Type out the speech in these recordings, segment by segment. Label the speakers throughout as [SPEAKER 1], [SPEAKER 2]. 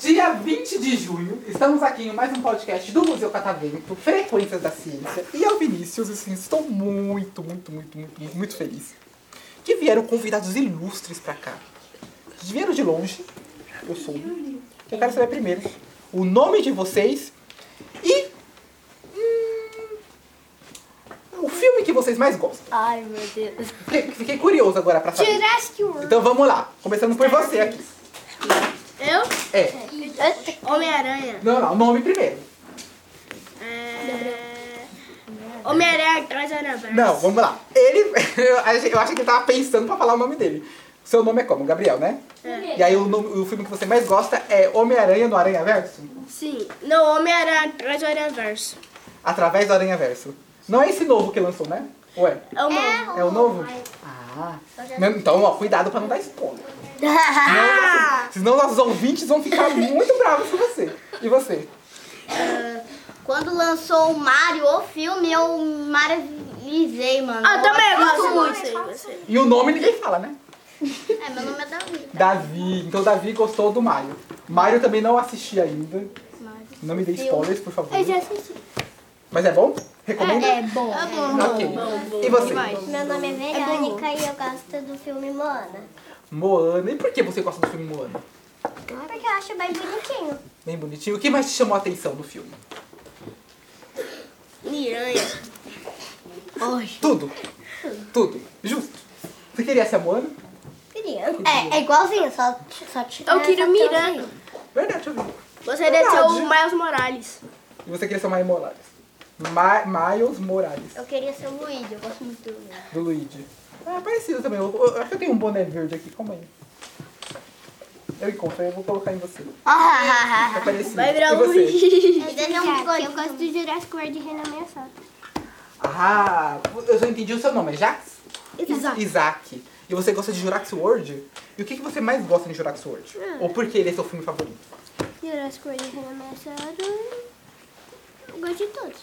[SPEAKER 1] Dia 20 de junho, estamos aqui em mais um podcast do Museu Catavento, Frequências da Ciência. E eu, Vinícius, assim, estou muito, muito, muito, muito, muito, muito feliz. Que vieram convidados ilustres pra cá. Vieram de longe, eu sou. um. Eu quero saber primeiro o nome de vocês e. hum, o filme que vocês mais gostam.
[SPEAKER 2] Ai, meu Deus.
[SPEAKER 1] Fiquei, fiquei curioso agora pra saber.
[SPEAKER 2] Jurassic World.
[SPEAKER 1] Então vamos lá, começando por você aqui.
[SPEAKER 2] Eu?
[SPEAKER 1] É.
[SPEAKER 2] Homem-Aranha.
[SPEAKER 1] Não, não, o nome primeiro.
[SPEAKER 2] É... Homem-Aranha atrás da Anaversa.
[SPEAKER 1] Não, vamos lá. Ele. Eu achei eu achei que ele tava pensando pra falar o nome dele. Seu nome é como? Gabriel, né?
[SPEAKER 2] É.
[SPEAKER 1] E aí o, nome- o filme que você mais gosta é Homem-Aranha no Aranha Verso?
[SPEAKER 2] Sim. Não, Homem-Aranha atrás do Aranhaverso.
[SPEAKER 1] Através do Aranha Verso. Não é esse novo que lançou, né? Ué,
[SPEAKER 2] É o novo.
[SPEAKER 1] é o novo? Ah. Não, Então, ó, cuidado pra não dar spoiler.
[SPEAKER 2] Ah!
[SPEAKER 1] Senão nossos ouvintes vão ficar muito bravos com você. E você?
[SPEAKER 3] Quando lançou o Mario, o filme, eu maravilhei, mano.
[SPEAKER 2] Eu Ah, também gosto muito.
[SPEAKER 1] E o nome ninguém fala, né?
[SPEAKER 3] É, meu nome é Davi.
[SPEAKER 1] Davi. Então Davi gostou do Mario. Mario também não assisti ainda. Não me dê spoilers, por favor.
[SPEAKER 3] assisti.
[SPEAKER 1] Mas é bom? Recomenda?
[SPEAKER 3] bom. É bom.
[SPEAKER 1] Ok. E você?
[SPEAKER 3] Meu nome é Verônica e eu gosto do filme Moana.
[SPEAKER 1] Moana. E por que você gosta do filme Moana?
[SPEAKER 3] Porque eu acho bem bonitinho.
[SPEAKER 1] Bem bonitinho. O que mais te chamou a atenção no filme?
[SPEAKER 2] Miranha.
[SPEAKER 1] Tudo. Tudo. Justo. Você queria ser a Moana?
[SPEAKER 3] Queria. É, é igualzinho, só, só tirar
[SPEAKER 2] Eu queria
[SPEAKER 3] essa
[SPEAKER 2] o Miranha.
[SPEAKER 1] Verdade, eu vi.
[SPEAKER 2] Gostaria de ser o
[SPEAKER 1] Verdade.
[SPEAKER 2] Miles Morales.
[SPEAKER 1] E você queria ser o Maio Morales? Ma Miles Morales,
[SPEAKER 3] Eu queria ser o Luigi, eu gosto muito do Luigi.
[SPEAKER 1] do Luigi. Ah, é parecido também. Eu, eu- eu acho que eu tenho um boné verde aqui. Calma aí. Eu encontro, eu vou colocar em você.
[SPEAKER 3] Ah,
[SPEAKER 1] É parecido.
[SPEAKER 2] Ah, Vai virar
[SPEAKER 1] e
[SPEAKER 2] o
[SPEAKER 1] você?
[SPEAKER 2] Luigi.
[SPEAKER 3] um eu gosto do Jurassic World e Reina Ameaçada.
[SPEAKER 1] Ah, eu só entendi o seu nome. É Jax?
[SPEAKER 2] Isaac.
[SPEAKER 1] Isaac. E você gosta de Jurax World? E o que, que você mais gosta de Jurax World?
[SPEAKER 2] Ah.
[SPEAKER 1] Ou por que ele é seu filme favorito?
[SPEAKER 3] Jurassic World e Reina Ameaçada. Eu gosto de todos.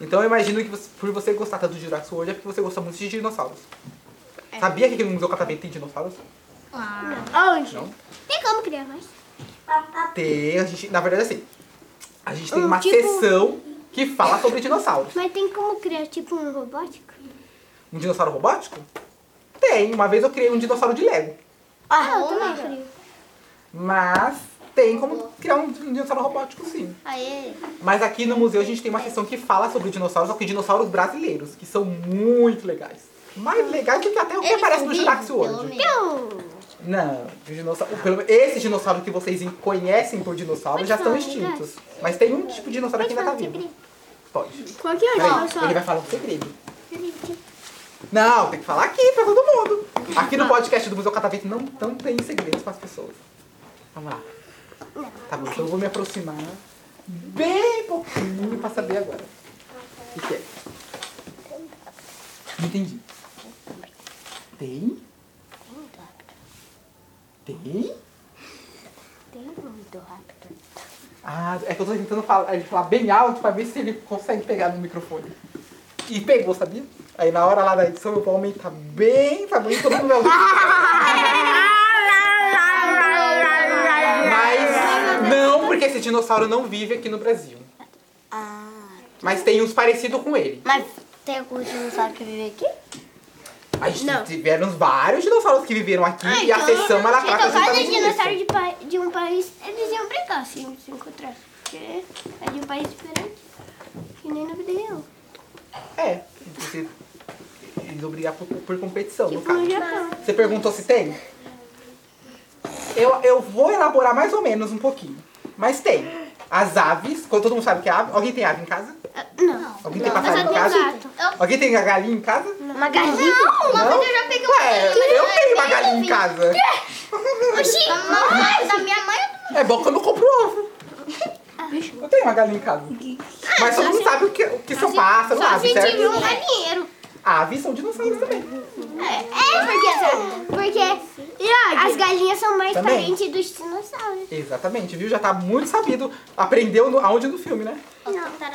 [SPEAKER 1] Então eu imagino que você- por você gostar tanto de Jurax World é porque você gosta muito de dinossauros.
[SPEAKER 2] É.
[SPEAKER 1] Sabia que aqui no Museu Catavento tem dinossauros?
[SPEAKER 2] Onde?
[SPEAKER 1] Não.
[SPEAKER 3] Tem como criar mais?
[SPEAKER 2] Ah.
[SPEAKER 1] Tem, a gente, na verdade assim, a gente tem
[SPEAKER 3] Hum,
[SPEAKER 1] uma
[SPEAKER 3] tipo-
[SPEAKER 1] sessão que fala sobre dinossauros.
[SPEAKER 3] Mas tem como criar tipo um robótico?
[SPEAKER 1] Um dinossauro robótico? Tem, uma vez eu criei um dinossauro de Lego.
[SPEAKER 3] Ah, eu também crio.
[SPEAKER 1] Mas tem como criar um dinossauro robótico sim.
[SPEAKER 3] Aê.
[SPEAKER 1] Mas aqui no museu a gente tem uma sessão que fala sobre dinossauros, só que dinossauros brasileiros, que são muito legais. Mais legais do que até o
[SPEAKER 3] é um
[SPEAKER 1] que aparece no Jurassic World. Não, o dinossauro, o- pelo- esses dinossauros que vocês conhecem por dinossauro já estão extintos. né? Mas tem um tipo de dinossauro que ainda tá vivo. Pode.
[SPEAKER 2] Qual que é o
[SPEAKER 1] Peraí,
[SPEAKER 2] dinossauro?
[SPEAKER 1] ele vai falar um segredo. Não, tem que falar aqui pra todo mundo. Aqui no podcast do Museu Catavento não, não tem segredos pras pessoas. Vamos lá. Tá bom, então eu vou me aproximar bem pouquinho pra saber agora. O que é? Não entendi. Tem? Tem?
[SPEAKER 3] Tem muito rápido.
[SPEAKER 1] Ah, é que eu tô tentando falar, ele falar bem alto pra ver se ele consegue pegar no microfone. E pegou, sabia? Aí na hora lá da edição eu vou aumentar bem, tá bem, todo mundo vai ouvir. Mas não, porque esse dinossauro não vive aqui no Brasil. Mas tem uns parecidos com ele.
[SPEAKER 3] Mas tem algum dinossauro que vive aqui?
[SPEAKER 1] A gente
[SPEAKER 2] Não.
[SPEAKER 1] tiveram vários dinossauros que viveram aqui e a sessão ela trata
[SPEAKER 3] Então, cada
[SPEAKER 1] justamente
[SPEAKER 3] dinossauro
[SPEAKER 1] disso.
[SPEAKER 3] de, pa- de um país, eles iam brigar se se encontrar. Porque é de um país diferente. Que nem na vida real.
[SPEAKER 1] É, você eles obrigar por, por competição, no
[SPEAKER 3] Tipo
[SPEAKER 1] caso.
[SPEAKER 3] no Japão.
[SPEAKER 1] Você perguntou se tem? Eu, eu vou elaborar mais ou menos um pouquinho. Mas tem. As aves, quando todo mundo sabe que é ave. Alguém tem ave em casa?
[SPEAKER 3] Ah, Não.
[SPEAKER 1] Alguém tem
[SPEAKER 3] Não, mas
[SPEAKER 1] passarinho
[SPEAKER 3] eu
[SPEAKER 1] em
[SPEAKER 3] tenho
[SPEAKER 1] casa?
[SPEAKER 3] gato. Eu-
[SPEAKER 1] Alguém tem a galinha em casa?
[SPEAKER 3] Uma galinha? Não,
[SPEAKER 1] uma então, Não? vez eu
[SPEAKER 3] já peguei um
[SPEAKER 1] Ué, eu
[SPEAKER 3] é
[SPEAKER 1] tenho uma galinha em casa.
[SPEAKER 3] Oxi, mamãe, da minha mãe ou
[SPEAKER 1] É bom que eu não compro ovo.
[SPEAKER 3] Ah.
[SPEAKER 1] Eu tenho uma galinha em casa. Mas todo mundo sabe o que, o que
[SPEAKER 3] Assim,
[SPEAKER 1] são pássaros, aves, certo?
[SPEAKER 3] um galinheiro.
[SPEAKER 1] Aves são dinossauros também.
[SPEAKER 3] É, é porque, sabe? Porque
[SPEAKER 2] Miyagi.
[SPEAKER 3] As galinhas são mais
[SPEAKER 1] Também.
[SPEAKER 3] parentes dos dinossauros.
[SPEAKER 1] Exatamente, viu? Já tá muito sabido. Aprendeu no, aonde no filme, né?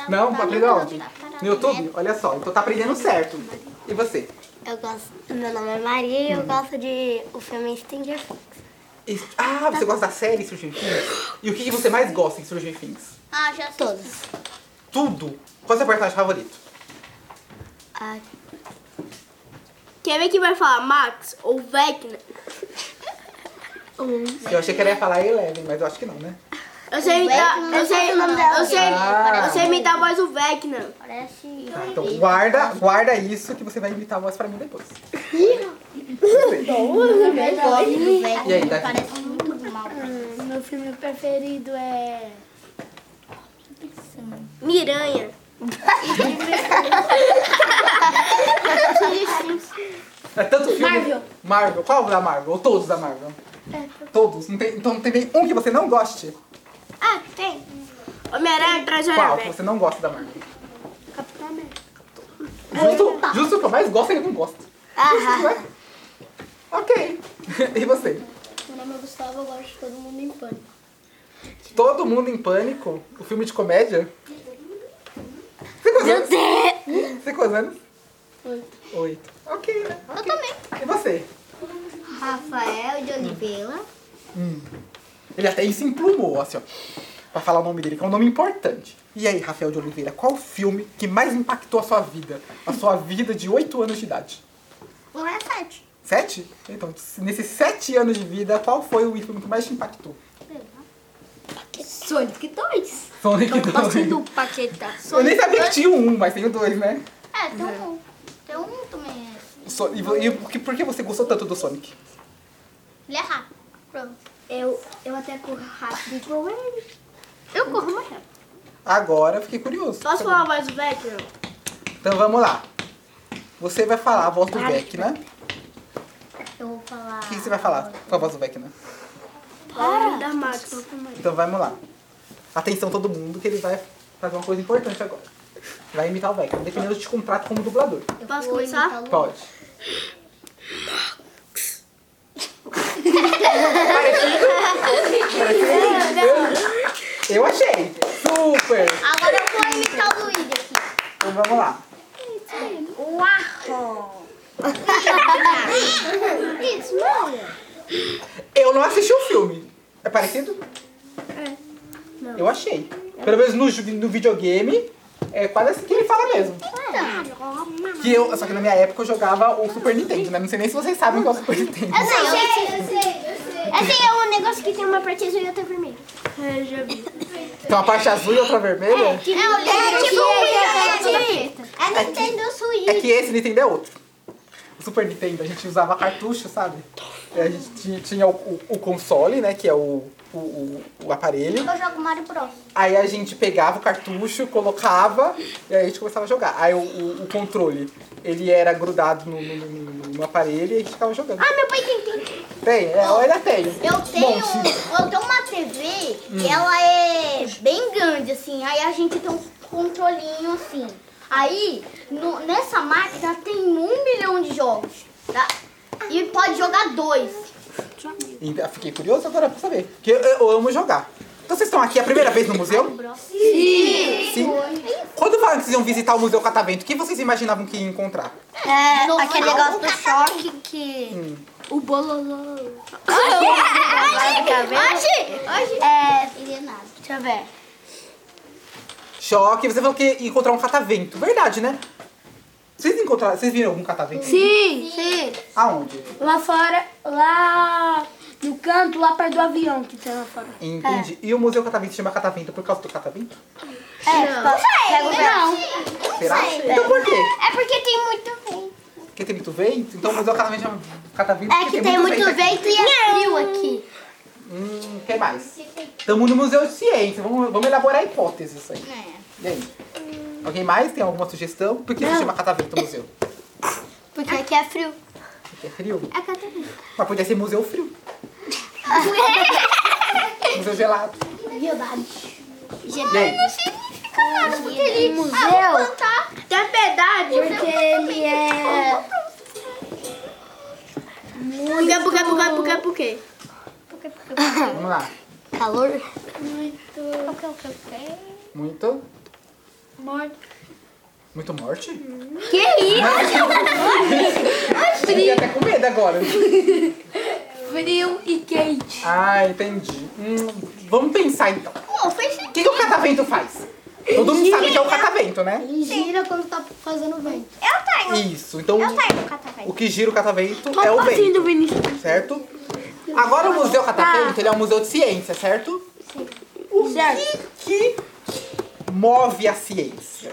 [SPEAKER 3] Não,
[SPEAKER 1] Não, aprendeu
[SPEAKER 3] tá,
[SPEAKER 1] aonde? No YouTube? Olha só, então tá aprendendo certo. E você?
[SPEAKER 4] Eu gosto. Meu nome é Maria e eu gosto de o filme Stranger Things.
[SPEAKER 1] E- Ah, você gosta da série Stranger Things? E o que que você mais gosta em Stranger Things?
[SPEAKER 3] Ah, já sei.
[SPEAKER 4] Todos.
[SPEAKER 1] Tudo. Qual é o seu personagem favorito?
[SPEAKER 4] Ah,
[SPEAKER 2] Quer ver quem vai falar? Max ou Vecna?
[SPEAKER 1] Eu achei que ela ia falar Eleven, mas eu acho que não, né?
[SPEAKER 2] Eu sei imitar.
[SPEAKER 3] Vecna,
[SPEAKER 2] Eu sei.
[SPEAKER 3] não sei o nome dela.
[SPEAKER 2] Eu sei.
[SPEAKER 1] Ah.
[SPEAKER 2] Eu sei imitar a voz do né? Vecna.
[SPEAKER 3] Parece. um
[SPEAKER 1] Tá, então guarda, guarda isso que você vai imitar a voz pra mim depois. E aí, Davi?
[SPEAKER 3] Parece muito mal.
[SPEAKER 2] Meu filme preferido é. Miranha.
[SPEAKER 1] É tanto filme. Marvel. Marvel. Qual da Marvel? Ou todos da Marvel? Todos. Não tem- então não tem nem um que você não goste.
[SPEAKER 3] Ah, tem.
[SPEAKER 2] Homem-Aranha traz
[SPEAKER 1] Qual que
[SPEAKER 2] Aranha.
[SPEAKER 1] você não gosta da Marvel?
[SPEAKER 3] Capitão América.
[SPEAKER 1] Justo, justo o que eu mais gosto, ele não gosta. Não é? Ok. E você?
[SPEAKER 3] Meu nome é Gustavo, eu gosto de todo mundo em pânico.
[SPEAKER 1] Todo mundo em pânico? O filme de comédia?
[SPEAKER 3] Uhum.
[SPEAKER 1] Você quantos anos? Você quantos anos?
[SPEAKER 3] Oito.
[SPEAKER 1] Oito. Ok, né?
[SPEAKER 3] Eu
[SPEAKER 1] Ok.
[SPEAKER 3] também.
[SPEAKER 1] E você?
[SPEAKER 3] Rafael de Oliveira.
[SPEAKER 1] Hum. Ele até se emplumou, assim, ó. Pra falar o nome dele, que é um nome importante. E aí, Rafael de Oliveira, qual o filme que mais impactou a sua vida? A sua vida de 8 anos de idade?
[SPEAKER 3] Não é sete.
[SPEAKER 1] Sete? Então, nesses sete anos de vida, qual foi o filme que mais te impactou?
[SPEAKER 2] Sonic 2.
[SPEAKER 1] Sonic 2.
[SPEAKER 2] Paquetá.
[SPEAKER 1] Eu nem sabia que tinha um, mas tem o dois, né?
[SPEAKER 3] É, tem um. Tem um também. é.
[SPEAKER 1] So- e vo- e por que- por que você gostou tanto do Sonic?
[SPEAKER 3] Ele é rápido. Pronto.
[SPEAKER 4] eu, eu até corro rápido igual ele.
[SPEAKER 3] Eu corro mais rápido.
[SPEAKER 1] Agora eu fiquei curioso.
[SPEAKER 2] Posso falar a voz do Vecna?
[SPEAKER 1] Então vamos lá. Você vai falar a voz do Vecna.
[SPEAKER 4] Eu vou falar.
[SPEAKER 1] O que você vai falar com a voz do Vecna?
[SPEAKER 2] Para. Da Max.
[SPEAKER 1] Então vamos lá. Atenção todo mundo que ele vai fazer uma coisa importante agora. Vai imitar o Vecna, dependendo de contrato como dublador.
[SPEAKER 2] Posso começar?
[SPEAKER 1] Pode. Parecido? Parecido? Eu, eu achei. Super.
[SPEAKER 3] Agora eu vou imitar o Luigi aqui.
[SPEAKER 1] Então vamos lá.
[SPEAKER 3] Isso, não.
[SPEAKER 1] Eu não assisti o filme. É parecido? É. Eu achei. Pelo menos no, ju- no videogame, é quase assim que ele fala mesmo.
[SPEAKER 3] Então.
[SPEAKER 1] Que eu, só que na minha época eu jogava o Super Nintendo, né? Não sei nem se vocês sabem o que é o Super Nintendo.
[SPEAKER 3] Eu sei, eu sei, eu sei, eu sei. Assim, é um negócio que tem uma parte azul e outra vermelha.
[SPEAKER 2] É, já vi.
[SPEAKER 1] Tem uma parte azul e outra vermelha.
[SPEAKER 3] É, é tipo um videogame. É
[SPEAKER 1] Nintendo
[SPEAKER 3] Switch.
[SPEAKER 1] É que esse Nintendo é outro. O Super Nintendo, a gente usava cartucho, sabe? E A gente tinha, tinha o, o- o console, né? Que é o, o, o- o aparelho.
[SPEAKER 3] Eu jogo Mario Bros.
[SPEAKER 1] Aí a gente pegava o cartucho, colocava e aí a gente começava a jogar. Aí o, o- o controle, ele era grudado no, no- no- no aparelho e a gente ficava jogando.
[SPEAKER 3] Ah, meu pai tem, tem.
[SPEAKER 1] Tem, é, eu ainda tenho.
[SPEAKER 3] Eu tenho, um,
[SPEAKER 1] Monte.
[SPEAKER 3] eu tenho uma TV que ela é bem grande, assim. Aí a gente tem um controlinho, assim. Aí, no- nessa máquina tem um milhão de jogos. tá? E pode jogar dois.
[SPEAKER 1] E eu fiquei curioso agora pra saber. Porque eu, eu amo jogar. Então vocês estão aqui a primeira vez no museu? Sim. Quando falaram que vocês iam visitar o Museu Catavento, o que vocês imaginavam que ia encontrar?
[SPEAKER 4] É,
[SPEAKER 3] Não,
[SPEAKER 4] aquele
[SPEAKER 3] não,
[SPEAKER 4] negócio
[SPEAKER 3] o
[SPEAKER 4] do
[SPEAKER 3] cacau.
[SPEAKER 4] choque que.
[SPEAKER 3] Hum.
[SPEAKER 2] O bololô.
[SPEAKER 4] Tá É.
[SPEAKER 3] Ele é nada.
[SPEAKER 4] Deixa eu ver.
[SPEAKER 1] Choque, você falou que ia encontrar um catavento. Verdade, né? Vocês encontraram, vocês viram algum catavento?
[SPEAKER 2] Sim.
[SPEAKER 1] Aonde?
[SPEAKER 2] Lá fora, lá no canto, lá perto do avião que tem lá fora. É.
[SPEAKER 1] Entendi. E o Museu Catavento chama Catavento por causa do catavento?
[SPEAKER 4] Pega o
[SPEAKER 3] Não.
[SPEAKER 1] Será? Então por quê?
[SPEAKER 3] É porque tem muito vento.
[SPEAKER 1] Porque tem muito vento? Então o Museu Catavento chama Catavento
[SPEAKER 3] É que tem muito
[SPEAKER 1] aqui.
[SPEAKER 3] vento e é frio aqui.
[SPEAKER 1] Hum, o que mais? Estamos no Museu de Ciência. Vamos, vamos elaborar hipóteses aí.
[SPEAKER 3] É.
[SPEAKER 1] E aí? Alguém mais tem alguma sugestão? Por que se chama Catavento Museu?
[SPEAKER 4] Porque aqui é frio.
[SPEAKER 1] Porque é frio.
[SPEAKER 3] É catavento.
[SPEAKER 1] Mas podia ser Museu Frio. museu Gelado.
[SPEAKER 3] Verdade.
[SPEAKER 1] E aí?
[SPEAKER 3] Ah, Porque
[SPEAKER 4] é
[SPEAKER 3] ele
[SPEAKER 4] um
[SPEAKER 3] museu.
[SPEAKER 2] Tem verdade, porque ele é. Puga, puga, puga, puga,
[SPEAKER 1] Vamos lá.
[SPEAKER 4] é Calor?
[SPEAKER 3] Qual que é o que eu quero?
[SPEAKER 1] Muito.
[SPEAKER 3] Morte.
[SPEAKER 1] Muito morte?
[SPEAKER 4] Que isso?
[SPEAKER 1] Fiquei até com medo agora.
[SPEAKER 2] Frio e quente.
[SPEAKER 1] Ah, entendi. Hum, vamos pensar então.
[SPEAKER 3] Pô, fez
[SPEAKER 1] O que, que o catavento faz? Todo mundo sabe que é o catavento, né?
[SPEAKER 5] Ele gira quando tá fazendo vento.
[SPEAKER 3] Eu tenho.
[SPEAKER 1] Isso. Então,
[SPEAKER 3] Eu tenho um o catavento.
[SPEAKER 1] o que gira o catavento é o vento.
[SPEAKER 2] assim do Vinícius.
[SPEAKER 1] certo? Agora o Museu
[SPEAKER 3] Tá.
[SPEAKER 1] Catavento, ele é um museu de ciência, certo? O
[SPEAKER 2] Certo.
[SPEAKER 1] que que move a ciência?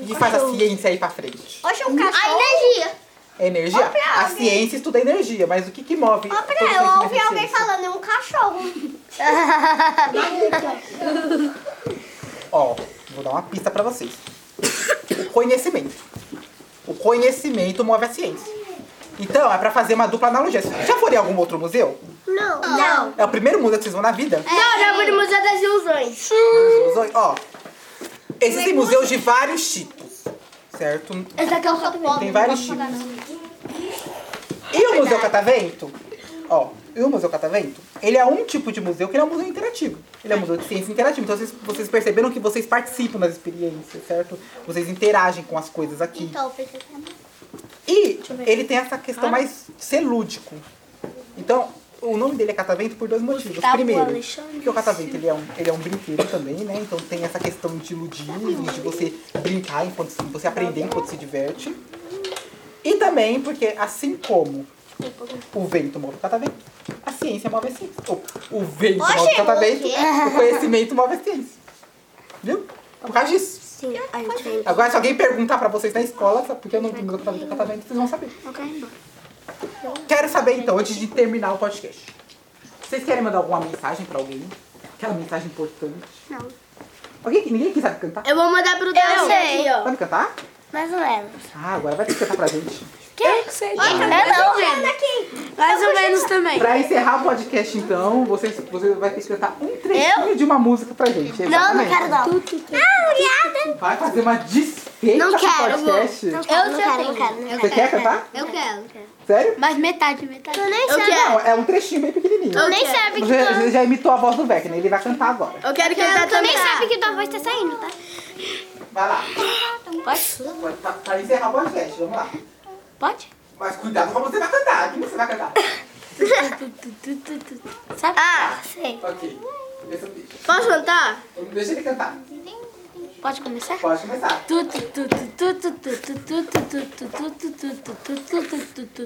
[SPEAKER 1] E faz a ciência ir pra frente?
[SPEAKER 3] Hoje o um cachorro. A energia.
[SPEAKER 1] É energia?
[SPEAKER 3] pra
[SPEAKER 1] A
[SPEAKER 3] alguém.
[SPEAKER 1] ciência estuda energia, mas o que que move?
[SPEAKER 3] Ó,
[SPEAKER 1] todo
[SPEAKER 3] pra
[SPEAKER 1] esse
[SPEAKER 3] eu ouvi
[SPEAKER 1] movimento
[SPEAKER 3] alguém
[SPEAKER 1] de ciência?
[SPEAKER 3] falando, é um cachorro.
[SPEAKER 1] Ó, vou dar uma pista pra vocês. O conhecimento. O conhecimento move a ciência. Então, é pra fazer uma dupla analogia. Vocês Já foram em algum outro museu?
[SPEAKER 4] Não.
[SPEAKER 3] Não.
[SPEAKER 1] É o primeiro museu que vocês vão na vida?
[SPEAKER 3] É.
[SPEAKER 4] Não, já vou no Museu das Ilusões.
[SPEAKER 1] Museu- Ó, existem museus de vários tipos, certo?
[SPEAKER 2] Esse aqui é o catavento.
[SPEAKER 1] Tem vários tipos. E o Museu Catavento? Ó, e o Museu Catavento? Ele é um tipo de museu que ele é um museu interativo. Ele é um museu de ciência interativo. Então vocês, vocês perceberam que vocês participam das experiências, certo? Vocês interagem com as coisas aqui.
[SPEAKER 3] Então, precisa ser
[SPEAKER 1] E ele tem essa questão mais de ser lúdico. Então, o nome dele é Catavento por dois motivos.
[SPEAKER 2] Gustavo
[SPEAKER 1] Primeiro,
[SPEAKER 2] Alexandre
[SPEAKER 1] porque o Catavento ele é, um, ele é um brinquedo também, né? Então tem essa questão de ludismo, de você brincar enquanto se- você aprender enquanto se diverte. E também porque assim como o vento move o catavento, a ciência move a ciência. O, o vento
[SPEAKER 3] Oxe,
[SPEAKER 1] move o catavento,
[SPEAKER 3] você.
[SPEAKER 1] o conhecimento move a ciência. Viu? Por causa disso.
[SPEAKER 4] Sim, a gente vai embora.
[SPEAKER 1] Agora, se alguém perguntar pra vocês na escola, sabe, porque eu não tenho tratamento catavento, vocês vão saber. Quero saber, então, antes de terminar o podcast. Vocês querem mandar alguma mensagem pra alguém? Aquela mensagem importante?
[SPEAKER 4] Não.
[SPEAKER 1] Alguém que ninguém aqui sabe cantar?
[SPEAKER 4] Eu vou mandar pro Daniel. Eu sei.
[SPEAKER 1] Sabe cantar?
[SPEAKER 4] Mais ou menos.
[SPEAKER 1] Ah, agora vai ter que cantar pra gente.
[SPEAKER 2] Que? Sei lá.
[SPEAKER 4] não, velho.
[SPEAKER 3] aqui.
[SPEAKER 2] É Mais ou menos também.
[SPEAKER 1] Pra encerrar o podcast, então, vocês, vocês vai ter que cantar um trechinho de uma música pra gente.
[SPEAKER 4] Não, não
[SPEAKER 1] exatamente.
[SPEAKER 4] quero não. Ah,
[SPEAKER 1] Vai fazer uma desfeita
[SPEAKER 4] Não
[SPEAKER 1] do
[SPEAKER 4] quero,
[SPEAKER 1] podcast?
[SPEAKER 4] Não quero, não
[SPEAKER 2] sei
[SPEAKER 4] quero, não quero, não
[SPEAKER 1] Você
[SPEAKER 4] quero.
[SPEAKER 1] quer cantar?
[SPEAKER 5] Eu quero.
[SPEAKER 1] Sério?
[SPEAKER 2] Mas metade, metade.
[SPEAKER 4] Eu nem
[SPEAKER 5] Eu
[SPEAKER 4] sei.
[SPEAKER 5] quero.
[SPEAKER 1] Não, é um trechinho bem pequenininho.
[SPEAKER 5] Eu nem sabe que
[SPEAKER 1] Você,
[SPEAKER 5] tua-
[SPEAKER 1] você já imitou a voz do Vecna, ele vai cantar agora.
[SPEAKER 5] Eu quero cantar
[SPEAKER 3] Tu
[SPEAKER 5] também.
[SPEAKER 3] nem sabe que tua voz tá saindo, tá?
[SPEAKER 1] Vai lá. tá,
[SPEAKER 2] Pode?
[SPEAKER 1] Agora Pra, pra encerrar o podcast, vamos lá.
[SPEAKER 2] Pode?
[SPEAKER 1] Mas cuidado como você vai cantar, aqui você vai cantar.
[SPEAKER 2] Tu, tu, tu, tu, tu. Sabe?
[SPEAKER 5] Ah,
[SPEAKER 1] Ok. Esse é o bicho.
[SPEAKER 5] posso cantar?
[SPEAKER 1] Deixa ele cantar.
[SPEAKER 2] Pode começar?
[SPEAKER 1] Pode começar.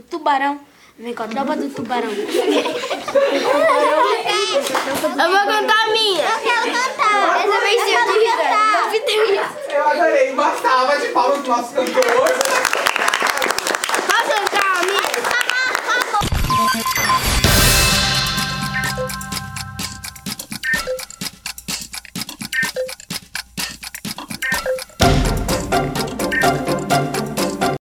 [SPEAKER 2] Tubarão. Vem com a tropa do tubarão.
[SPEAKER 5] Eu vou cantar a minha.
[SPEAKER 3] Eu quero cantar.
[SPEAKER 5] Essa vez eu
[SPEAKER 3] Eu quero cantar.
[SPEAKER 1] Eu adorei. Uma salva de palmas pro nosso cantor.